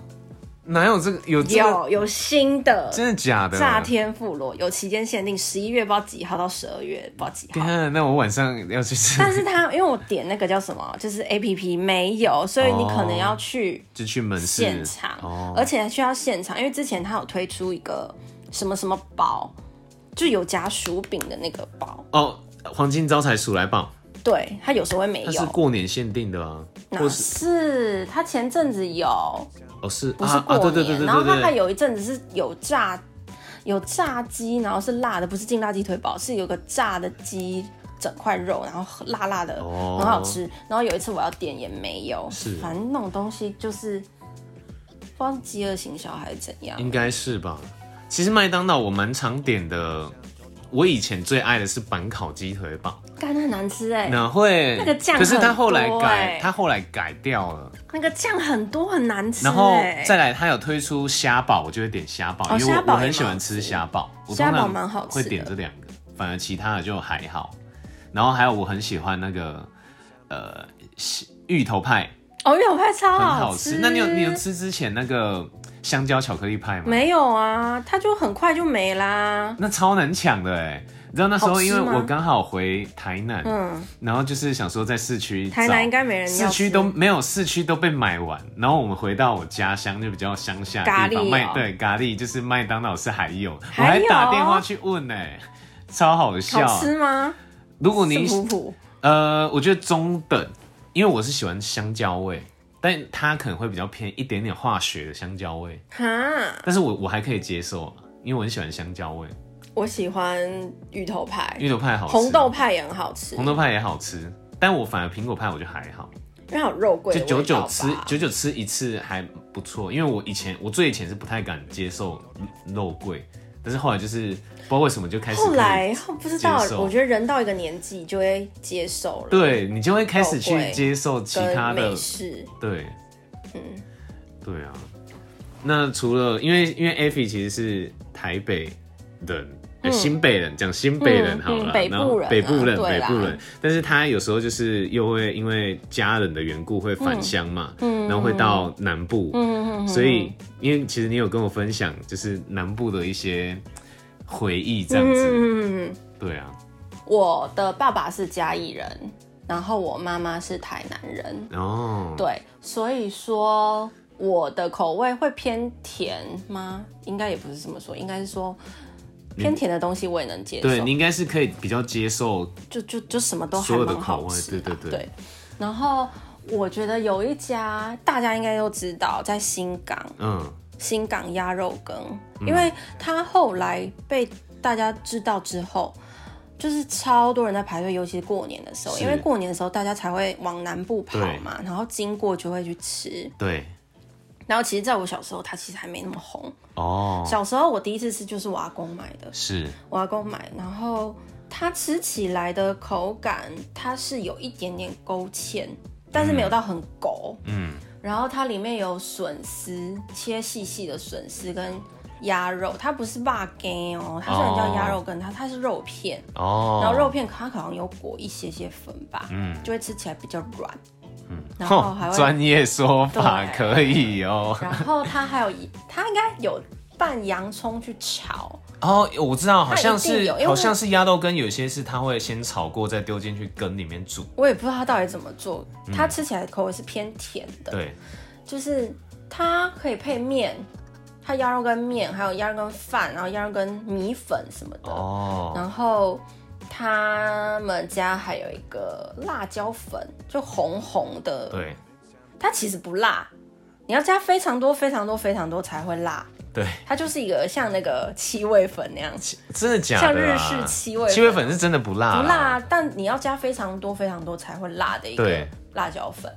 Speaker 1: 哪有这个有这个
Speaker 2: 有有新的
Speaker 1: 真的假的？
Speaker 2: 炸天妇罗，有期间限定，十一月不知道几号到十二月不知道几号。
Speaker 1: 天，那我晚上要去吃，
Speaker 2: 但是他因为我点那个叫什么，就是 A P P 没有，所以你可能要去
Speaker 1: 就去门市
Speaker 2: 现场，
Speaker 1: 哦
Speaker 2: 而且还需要现场，因为之前他有推出一个什么什么包，就有夹薯饼的那个包，
Speaker 1: 哦，黄金招财鼠来宝，
Speaker 2: 对，他有时候会没
Speaker 1: 它是
Speaker 2: 有。
Speaker 1: 过年限定的啊，
Speaker 2: 哪
Speaker 1: 或是
Speaker 2: 是他前阵子有，
Speaker 1: 哦是
Speaker 2: 不是
Speaker 1: 啊
Speaker 2: 过
Speaker 1: 啊
Speaker 2: 年，
Speaker 1: 对对对对
Speaker 2: 然后它
Speaker 1: 对
Speaker 2: 还
Speaker 1: 对，
Speaker 2: 有一阵子是有炸有炸鸡，然后是辣的，不是劲辣鸡腿堡，是有个炸的鸡整块肉，然后辣辣的，
Speaker 1: 哦
Speaker 2: 很好吃。然后有一次我要点也没有，
Speaker 1: 是
Speaker 2: 反正那种东西就是不知道是饥饿行销还是怎样。
Speaker 1: 应该是吧？其实麦当劳我蛮常点的，我以前最爱的是板烤鸡腿堡，
Speaker 2: 干那很难吃哎、
Speaker 1: 哪会？
Speaker 2: 那个酱
Speaker 1: 可是它后来
Speaker 2: 很多
Speaker 1: 改
Speaker 2: 欸，
Speaker 1: 它后来改掉了。
Speaker 2: 那个酱很多很难吃、欸。
Speaker 1: 然后再来，它有推出虾堡，我就会点虾堡，
Speaker 2: 哦
Speaker 1: 因为
Speaker 2: 虾
Speaker 1: 我
Speaker 2: 堡
Speaker 1: 我
Speaker 2: 也
Speaker 1: 很喜
Speaker 2: 蛮
Speaker 1: 欢
Speaker 2: 好
Speaker 1: 吃
Speaker 2: 吃
Speaker 1: 虾堡，我
Speaker 2: 虾
Speaker 1: 通
Speaker 2: 堡
Speaker 1: 常
Speaker 2: 蛮好
Speaker 1: 会
Speaker 2: 吃
Speaker 1: 点
Speaker 2: 的
Speaker 1: 这两个，反而其他的就还好。然后还有我很喜欢那个呃西芋头派，
Speaker 2: 哦，芋头派超
Speaker 1: 很
Speaker 2: 好
Speaker 1: 吃。那你有你有吃之前那个香蕉巧克力派吗？
Speaker 2: 没有啊？它就很快就没啦。
Speaker 1: 那超难抢的哎。你知道那时候，
Speaker 2: 好吃
Speaker 1: 因为
Speaker 2: 吗
Speaker 1: 我刚好回台南，
Speaker 2: 嗯，
Speaker 1: 然后就是想说在市区找，
Speaker 2: 台南应该没人要
Speaker 1: 市区
Speaker 2: 吃
Speaker 1: 都没有，市区都被买完。然后我们回到我家乡，就比较乡下的地
Speaker 2: 咖喱
Speaker 1: 方，
Speaker 2: 哦
Speaker 1: 麦对咖喱就是麦当劳是还有，我
Speaker 2: 还
Speaker 1: 还
Speaker 2: 有
Speaker 1: 打电话去问呢、超好笑。
Speaker 2: 好吃吗？
Speaker 1: 如果
Speaker 2: 是
Speaker 1: 你
Speaker 2: 普普。
Speaker 1: 呃，我觉得中等，因为我是喜欢香蕉味，但它可能会比较偏一点点化学的香蕉味，
Speaker 2: 哈，
Speaker 1: 但是我我还可以接受，啊因为我很喜欢香蕉味。
Speaker 2: 我喜欢芋头派，
Speaker 1: 芋头派好吃，
Speaker 2: 红豆派也很好吃，
Speaker 1: 红豆派也好吃，但我反而苹果派我就还好。
Speaker 2: 因为它有肉桂
Speaker 1: 就
Speaker 2: 的
Speaker 1: 久
Speaker 2: 味道
Speaker 1: 久
Speaker 2: 吧
Speaker 1: 吃久久吃一次还不错，因为我以前我最以前是不太敢接受肉桂，但是后来就是不知道为什么就开始可以
Speaker 2: 后来后不知道
Speaker 1: 接，受
Speaker 2: 我觉得人到一个年纪就会接受了，，
Speaker 1: 对你就会开始
Speaker 2: 肉
Speaker 1: 去
Speaker 2: 桂
Speaker 1: 接受其他
Speaker 2: 跟
Speaker 1: 的
Speaker 2: 美，式，
Speaker 1: 对，嗯，对啊。那除了因为因为 Effie 其实是台北人。呃新北人讲新北人
Speaker 2: 嗯
Speaker 1: 好了，
Speaker 2: 嗯北部
Speaker 1: 然后
Speaker 2: 人啊
Speaker 1: 北部人，
Speaker 2: 对
Speaker 1: 北
Speaker 2: 啦
Speaker 1: 部人，但是他有时候就是又会因为家人的缘故会返乡嘛，然后会到南部，
Speaker 2: 嗯，
Speaker 1: 所以，因为其实你有跟我分享，就是南部的一些回忆这样子，
Speaker 2: 嗯，
Speaker 1: 对啊，
Speaker 2: 我的爸爸是嘉义人，然后我妈妈是台南人，
Speaker 1: 哦，
Speaker 2: 对，所以说我的口味会偏甜吗？应该也不是这么说，应该是说偏甜的东西我也能接受，
Speaker 1: 对你应该是可以比较接受，
Speaker 2: 就就就什么都还
Speaker 1: 所有的
Speaker 2: 蛮好
Speaker 1: 口味
Speaker 2: 吃的啊，
Speaker 1: 对对对
Speaker 2: 然后我觉得有一家大家应该都知道，在新港，
Speaker 1: 嗯，
Speaker 2: 新港鸭肉羹，因为它后来被大家知道之后。就是超多人在排队，尤其是过年的时候，
Speaker 1: 是
Speaker 2: 因为过年的时候大家才会往南部跑
Speaker 1: 对
Speaker 2: 嘛，然后经过就会去吃。
Speaker 1: 对，
Speaker 2: 然后其实，在我小时候，它其实还没那么红。
Speaker 1: 哦，
Speaker 2: 小时候我第一次吃就是我阿公买的，
Speaker 1: 是
Speaker 2: 我阿公买，然后它吃起来的口感，它是有一点点勾芡，但是没有到很勾。嗯，然后它里面有笋丝，切细细的笋丝跟鸭肉，它不是辣根哦，它虽然叫鸭肉羹，它它是肉片，
Speaker 1: 哦，
Speaker 2: 然后肉片它可能有裹一些些粉吧，
Speaker 3: 嗯
Speaker 2: 就会吃起来比较软，嗯，然后还
Speaker 1: 哼
Speaker 2: 会
Speaker 1: 专业说法
Speaker 2: 对
Speaker 1: 可以哦。
Speaker 2: 然后它还有一，它应该有拌洋葱去炒，
Speaker 1: 哦，我知道，好像
Speaker 2: 它一定
Speaker 1: 是
Speaker 2: 有因为
Speaker 1: 好像是鸭豆羹，有些是它会先炒过，再丢进去羹里面煮。
Speaker 2: 我也不知道它到底怎么做。它吃起来的口味是偏甜的，
Speaker 1: 嗯对，
Speaker 2: 就是它可以配面，它鸭肉跟面，还有鸭肉跟饭，然后鸭肉跟米粉什么的。
Speaker 1: 哦，
Speaker 2: 然后他们家还有一个辣椒粉，就红红的，
Speaker 1: 对
Speaker 2: 它其实不辣，你要加非常多、非常多、非常多才会辣。
Speaker 1: 对，
Speaker 2: 它就是一个像那个七味粉那样，
Speaker 1: 真的假
Speaker 2: 像
Speaker 1: 的
Speaker 2: 日
Speaker 1: 啊？
Speaker 2: 式七味
Speaker 1: 七味粉是真的不辣，
Speaker 2: 不辣啊，但你要加非常多非常多才会辣的一个
Speaker 1: 对
Speaker 2: 辣椒粉。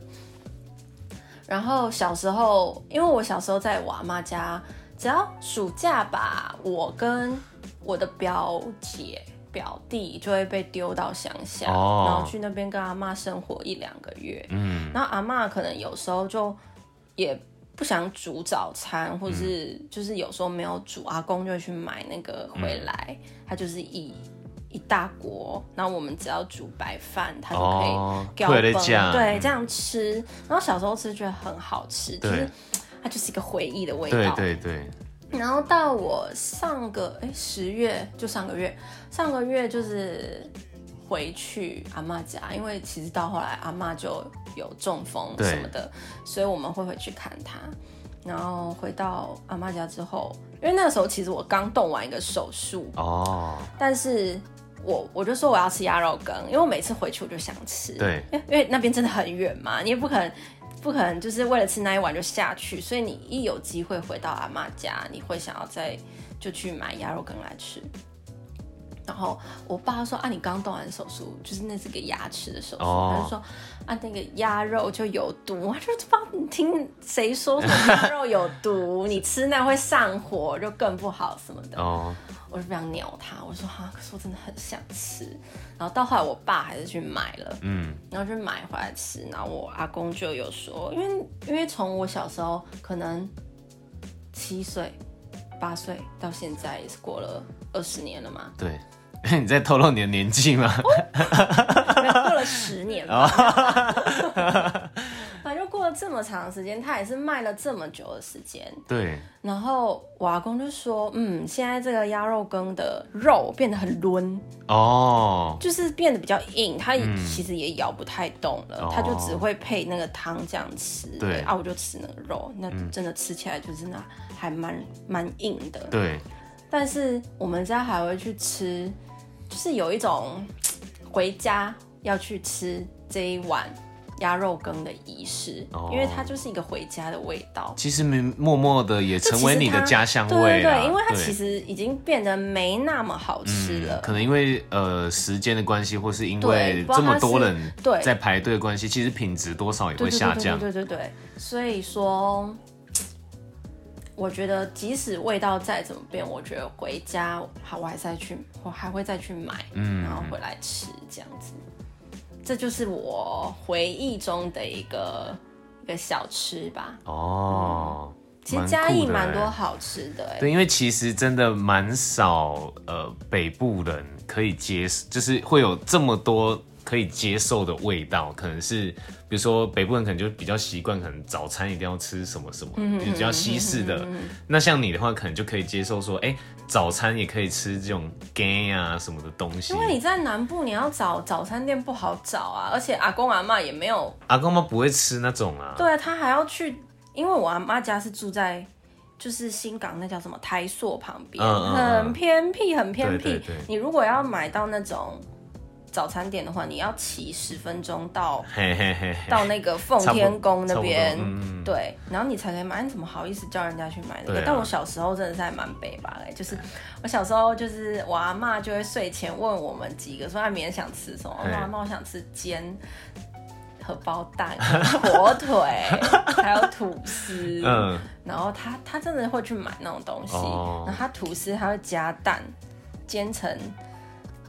Speaker 2: 然后小时候，因为我小时候在我阿妈家，只要暑假吧，我跟我的表姐、表弟就会被丢到乡下，
Speaker 1: 哦
Speaker 2: 然后去那边跟阿妈生活一两个月。
Speaker 1: 嗯，
Speaker 2: 然后阿妈可能有时候就也不想煮早餐，或是
Speaker 1: 嗯
Speaker 2: 就是有时候没有煮，阿公就会去买那个回来，他就是一一大锅，然后我们只要煮白饭，他就可
Speaker 1: 哦
Speaker 2: 以
Speaker 1: 退了
Speaker 2: 崩
Speaker 1: 价
Speaker 2: 对，
Speaker 1: 嗯
Speaker 2: 这样吃。然后小时候吃觉得很好吃，就是
Speaker 1: 对
Speaker 2: 它就是一个回忆的味
Speaker 1: 对
Speaker 2: 道。
Speaker 1: 对对，
Speaker 2: 然后到我上个哎十月就上个月，上个月就是回去阿嬷家，因为其实到后来阿嬷就有中风
Speaker 1: 对
Speaker 2: 什么的，所以我们会回去看她。然后回到阿嬷家之后，因为那时候其实我刚动完一个手术，
Speaker 1: 哦，
Speaker 2: 但是我我就说我要吃鸭肉羹，因为我每次回去我就想吃，
Speaker 1: 对
Speaker 2: 因为因为那边真的很远嘛，你也不可能不可能就是为了吃那一碗就下去，所以你一有机会回到阿妈家，你会想要再就去买鸭肉羹来吃。然后我爸说啊，你刚动完手术，就是那是个牙齿的手术，
Speaker 1: 哦
Speaker 2: 他就说啊，那个鸭肉就有毒，他就不知道你听谁说什么鸭肉有毒，你吃那会上火，就更不好什么的。
Speaker 1: 哦，
Speaker 2: 我就不想鸟他，我说哈，可是我真的很想吃。然后到后来，我爸还是去买了，
Speaker 1: 嗯，，
Speaker 2: 然后就买回来吃。然后我阿公就有说，因为因为从我小时候可能七岁、八岁到现在也是过了二十年了嘛
Speaker 1: 对， 你在透露你的年纪吗？
Speaker 2: 哦没有过了十年吧，反正就过了这么长的时间，他也是卖了这么久的时间。
Speaker 1: 对，
Speaker 2: 然后我阿公就说，嗯，现在这个鸭肉羹的肉变得很抡。
Speaker 1: 哦，
Speaker 2: 就是变得比较硬，它也其实也咬不太动了，
Speaker 1: 嗯哦
Speaker 2: 它就只会配那个汤这样吃。
Speaker 1: 对嗯
Speaker 2: 啊，我就吃那个肉，那真的吃起来就是那还蛮蛮硬的。
Speaker 1: 对，
Speaker 2: 但是我们家还会去吃，就是有一种回家要去吃这一碗鸭肉羹的仪式，
Speaker 1: 哦
Speaker 2: 因为它就是一个回家的味道。
Speaker 1: 其实明默默的也
Speaker 2: 就
Speaker 1: 成为
Speaker 2: 其实
Speaker 1: 你的
Speaker 2: 它
Speaker 1: 家乡
Speaker 2: 对对
Speaker 1: 味啦
Speaker 2: 对，因为它
Speaker 1: 对嗯
Speaker 2: 其实已经变得没那么好吃了。
Speaker 1: 可能因为呃时间的关系，或是因
Speaker 2: 对
Speaker 1: 为
Speaker 2: 不
Speaker 1: 这
Speaker 2: 知道
Speaker 1: 么多
Speaker 2: 它是
Speaker 1: 人
Speaker 2: 对
Speaker 1: 在排队的关系，其实品质多少也
Speaker 2: 对
Speaker 1: 会
Speaker 2: 对
Speaker 1: 下降。
Speaker 2: 对对对对对，所以说，我觉得即使味道再怎么变，我觉得回家还我还是再去，我还会再去买，嗯，然后回来吃这样子。这就是我回忆中的一个一个小吃吧。
Speaker 1: 哦，
Speaker 2: 其实
Speaker 1: 蛮
Speaker 2: 嘉义
Speaker 1: 酷的
Speaker 2: 蛮多
Speaker 1: 欸
Speaker 2: 好吃的、欸，
Speaker 1: 对，因为其实真的蛮少呃北部人可以接，就是会有这么多可以接受的味道，可能是比如说北部人可能就比较习惯，可能早餐一定要吃什么什么，
Speaker 2: 嗯
Speaker 1: 就比较西式的。那像你的话，可能就可以接受说，哎、早餐也可以吃这种 gay 啊什么的东西。
Speaker 2: 因为你在南部，你要找早餐店不好找啊，而且阿公阿妈也没有
Speaker 1: 阿公妈不会吃那种啊。
Speaker 2: 对啊，他还要去，因为我阿妈家是住在就是新港那叫什么台塑旁边，
Speaker 1: 嗯嗯嗯
Speaker 2: 很偏僻，很偏僻。
Speaker 1: 对对对
Speaker 2: 你如果要买到那种早餐店的话，你要骑十分钟到
Speaker 1: 嘿嘿嘿嘿。
Speaker 2: 到那个 奉天宫那边
Speaker 1: 差不多差不多嗯，
Speaker 2: 对，然后你才可以买。你怎么好意思叫人家去买那个？
Speaker 1: 对啊
Speaker 2: 但我小时候真的是还蛮北吧哎，就是我小时候就是我阿妈就会睡前问我们几个说她啊明天想吃什么，我
Speaker 1: 嘿
Speaker 2: 说阿妈我想吃煎。荷包蛋、火腿， 还有吐司，
Speaker 1: 嗯，
Speaker 2: 然后他他真的会去买那种东西，
Speaker 1: 哦
Speaker 2: 然后他吐司他会加蛋，煎成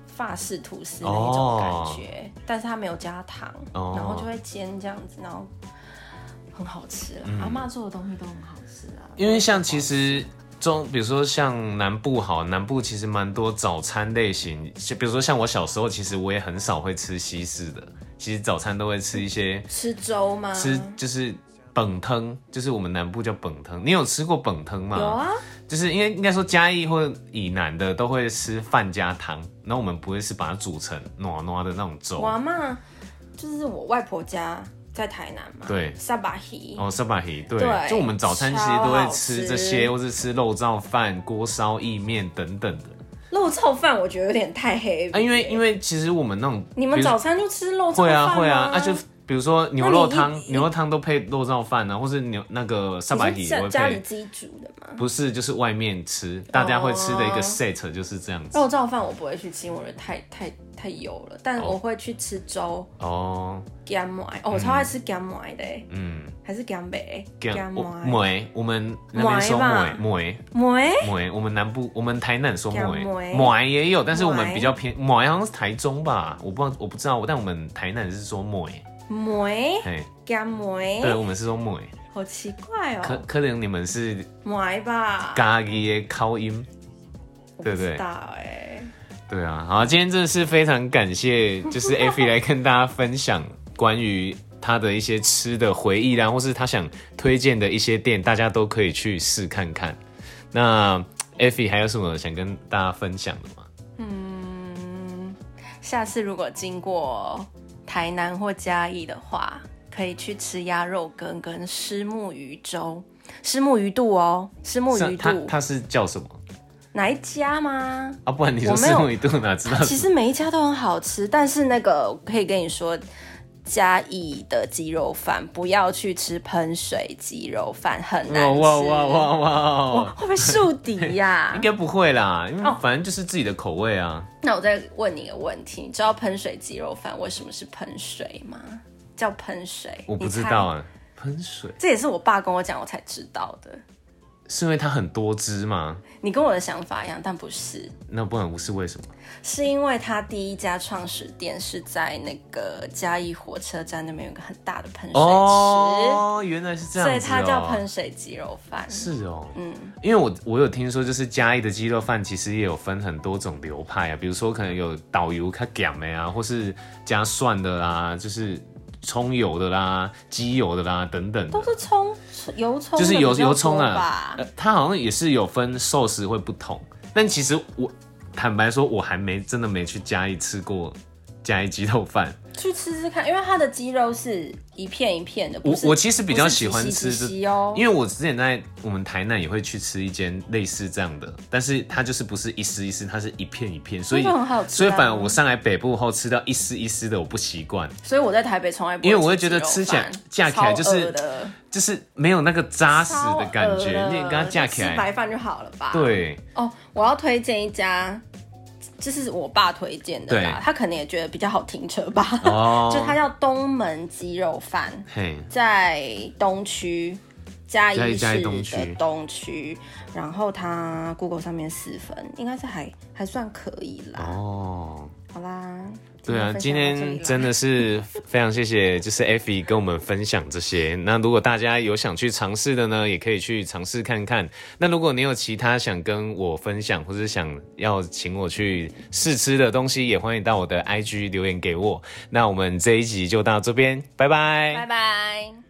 Speaker 2: 法式吐司那一种
Speaker 1: 哦
Speaker 2: 感觉，但是他没有加糖，
Speaker 1: 哦
Speaker 2: 然后就会煎这样子，然后很好吃啦。阿妈做的东西都很好吃啊，
Speaker 1: 嗯因为像其实中，比如说像南部好，南部其实蛮多早餐类型，就比如说像我小时候，其实我也很少会吃西式的，其实早餐都会吃一些
Speaker 2: 吃粥吗？
Speaker 1: 吃就是本汤，就是我们南部叫本汤。你有吃过本汤吗？
Speaker 2: 有啊，
Speaker 1: 就是因为应该说嘉义或以南的都会吃饭加汤，那我们不会是把它煮成暖暖的那种粥
Speaker 2: 我。阿妈就是我外婆家在台南嘛，
Speaker 1: 对
Speaker 2: 沙巴希，
Speaker 1: 哦，沙巴鱼，对，
Speaker 2: 对
Speaker 1: 就我们早餐其实
Speaker 2: 超
Speaker 1: 都会
Speaker 2: 好
Speaker 1: 吃
Speaker 2: 吃
Speaker 1: 这些，或是吃肉燥饭、锅烧意面等等的。
Speaker 2: 肉燥饭我觉得有点太黑
Speaker 1: 啊，因为因
Speaker 2: 为
Speaker 1: 为其实我们那种
Speaker 2: 你
Speaker 1: 比
Speaker 2: 们
Speaker 1: 如说
Speaker 2: 早餐就吃肉燥饭
Speaker 1: 会啊
Speaker 2: 吗
Speaker 1: 会啊，啊就比如说牛肉汤
Speaker 2: 那你，一
Speaker 1: 牛肉汤都配肉燥饭啊，或是牛那个沙白
Speaker 2: 你
Speaker 1: 体
Speaker 2: 是
Speaker 1: 也
Speaker 2: 家
Speaker 1: 会
Speaker 2: 家里
Speaker 1: 配，
Speaker 2: 自己煮的吗？
Speaker 1: 不是就是外面吃，大家会吃的一个
Speaker 2: 哦
Speaker 1: set 就是这样子
Speaker 2: 肉燥饭我不会去吃，因为我觉得太太太油了，但我会去吃粥。
Speaker 1: 哦，
Speaker 2: 姜麦哦，我超爱吃姜麦的欸，
Speaker 1: 嗯，
Speaker 2: 还是姜白姜
Speaker 1: 我
Speaker 2: 麦
Speaker 1: 梅，我们那边说
Speaker 2: 梅吧
Speaker 1: 梅梅
Speaker 2: 麦
Speaker 1: 梅，我们南部我们台南说梅
Speaker 2: 姜梅
Speaker 1: 梅也有，但是我们
Speaker 2: 梅
Speaker 1: 比较偏梅好像是台中吧，我不知道我不知道，但我们台南是说梅，
Speaker 2: 麦
Speaker 1: 哎，
Speaker 2: 姜麦，
Speaker 1: 对，我们是说梅，
Speaker 2: 好奇怪
Speaker 1: 呃可
Speaker 2: 哦，
Speaker 1: 可能你们是
Speaker 2: 麦吧，
Speaker 1: 咖喱的口音。
Speaker 2: 我
Speaker 1: 对
Speaker 2: 不
Speaker 1: 不对
Speaker 2: 知道哎，
Speaker 1: 对啊，好，今天真的是非常感谢，就是 Effie 来跟大家分享关于她的一些吃的回忆啦，或是她想推荐的一些店，大家都可以去试看看。那 Effie 还有什么想跟大家分享的吗？
Speaker 2: 嗯下次如果经过台南或嘉义的话，可以去吃鸭肉羹跟虱目鱼粥。虱目鱼肚哦，虱目
Speaker 1: 是
Speaker 2: 鱼
Speaker 1: 它
Speaker 2: 肚
Speaker 1: 它是叫什么
Speaker 2: 哪一家吗？
Speaker 1: 啊？不然你说
Speaker 2: 我没
Speaker 1: 四
Speaker 2: 有
Speaker 1: 目一度哪知道？
Speaker 2: 其实每一家都很好吃，但是那个我可以跟你说，嘉义的鸡肉饭不要去吃喷水鸡肉饭，很难
Speaker 1: 哇哦
Speaker 2: 吃。
Speaker 1: 哇哇哇
Speaker 2: 哇
Speaker 1: 哇！
Speaker 2: 会不会树敌呀、
Speaker 1: 应该不会啦，因
Speaker 2: 哦
Speaker 1: 为反正就是自己的口味啊。
Speaker 2: 那我再问你一个问题，你知道喷水鸡肉饭为什么是喷水吗？叫喷水？
Speaker 1: 我不知
Speaker 2: 你猜
Speaker 1: 道。啊，喷水
Speaker 2: 这也是我爸跟我讲，我才知道的。
Speaker 1: 是因为它很多汁吗？
Speaker 2: 你跟我的想法一样，但不是，
Speaker 1: 那不然是为什么？
Speaker 2: 是因为他第一家创始店是在那个嘉义火车站那边有个很大的喷水池，
Speaker 1: 哦，原来是这样、子
Speaker 2: 所以它
Speaker 1: 哦
Speaker 2: 叫喷水鸡肉饭。
Speaker 1: 是哦，嗯，因为我我有听说，就是嘉义的鸡肉饭其实也有分很多种流派啊，比如说可能有导游它减的啊，或是加蒜的啦，就是葱油的啦、鸡油的啦等等的
Speaker 2: 都是葱油葱
Speaker 1: 就
Speaker 2: 的
Speaker 1: 是
Speaker 2: 比较
Speaker 1: 油
Speaker 2: 多吧，
Speaker 1: 油葱啊、呃它好像也是有分寿司会不同，但其实我坦白说，我还没真的没去嘉义吃过嘉义鸡肉饭。
Speaker 2: 去吃吃看，因为它的鸡肉是一片一片的。
Speaker 1: 我
Speaker 2: 不是
Speaker 1: 我其实比较喜欢吃这
Speaker 2: 不是几细几细哦，
Speaker 1: 因为我之前在我们台南也会去吃一间类似这样的，但是它就是不是一丝一丝，它是一片一片，所以
Speaker 2: 那就很好吃啊
Speaker 1: 所以反而我上来北部后吃到一丝一丝的，我不习惯，
Speaker 2: 所以我在台北从来不
Speaker 1: 因为
Speaker 2: 会
Speaker 1: 我会觉
Speaker 2: 吃
Speaker 1: 得
Speaker 2: 鸡肉
Speaker 1: 吃起来
Speaker 2: 饭
Speaker 1: 架起来就是
Speaker 2: 超恶的
Speaker 1: 就是没有那个扎实的感觉。
Speaker 2: 超恶的
Speaker 1: 你也跟它架起
Speaker 2: 就吃
Speaker 1: 来，
Speaker 2: 白饭就好了吧？
Speaker 1: 对，
Speaker 2: 哦，我要推荐一家，这是我爸推荐的啦
Speaker 1: 对，
Speaker 2: 他可能也觉得比较好停车吧。
Speaker 1: 哦
Speaker 2: 就它叫东门鸡肉饭，
Speaker 1: 嘿，
Speaker 2: 在东区。嘉
Speaker 1: 嘉义
Speaker 2: 义
Speaker 1: 嘉义
Speaker 2: 市
Speaker 1: 东区
Speaker 2: 的东区，然后它 Google 上面四分，应该是还还算可以啦。
Speaker 1: 哦。
Speaker 2: 好啦，
Speaker 1: 对啊，今天真
Speaker 2: 的
Speaker 1: 的 是非常谢谢，就是 Effie 跟我们分享这些。那如果大家有想去尝试的呢，也可以去尝试看看。那如果你有其他想跟我分享，或者想要请我去试吃的东西，也欢迎到我的 IG 留言给我。那我们这一集就到这边，拜拜
Speaker 2: 拜拜。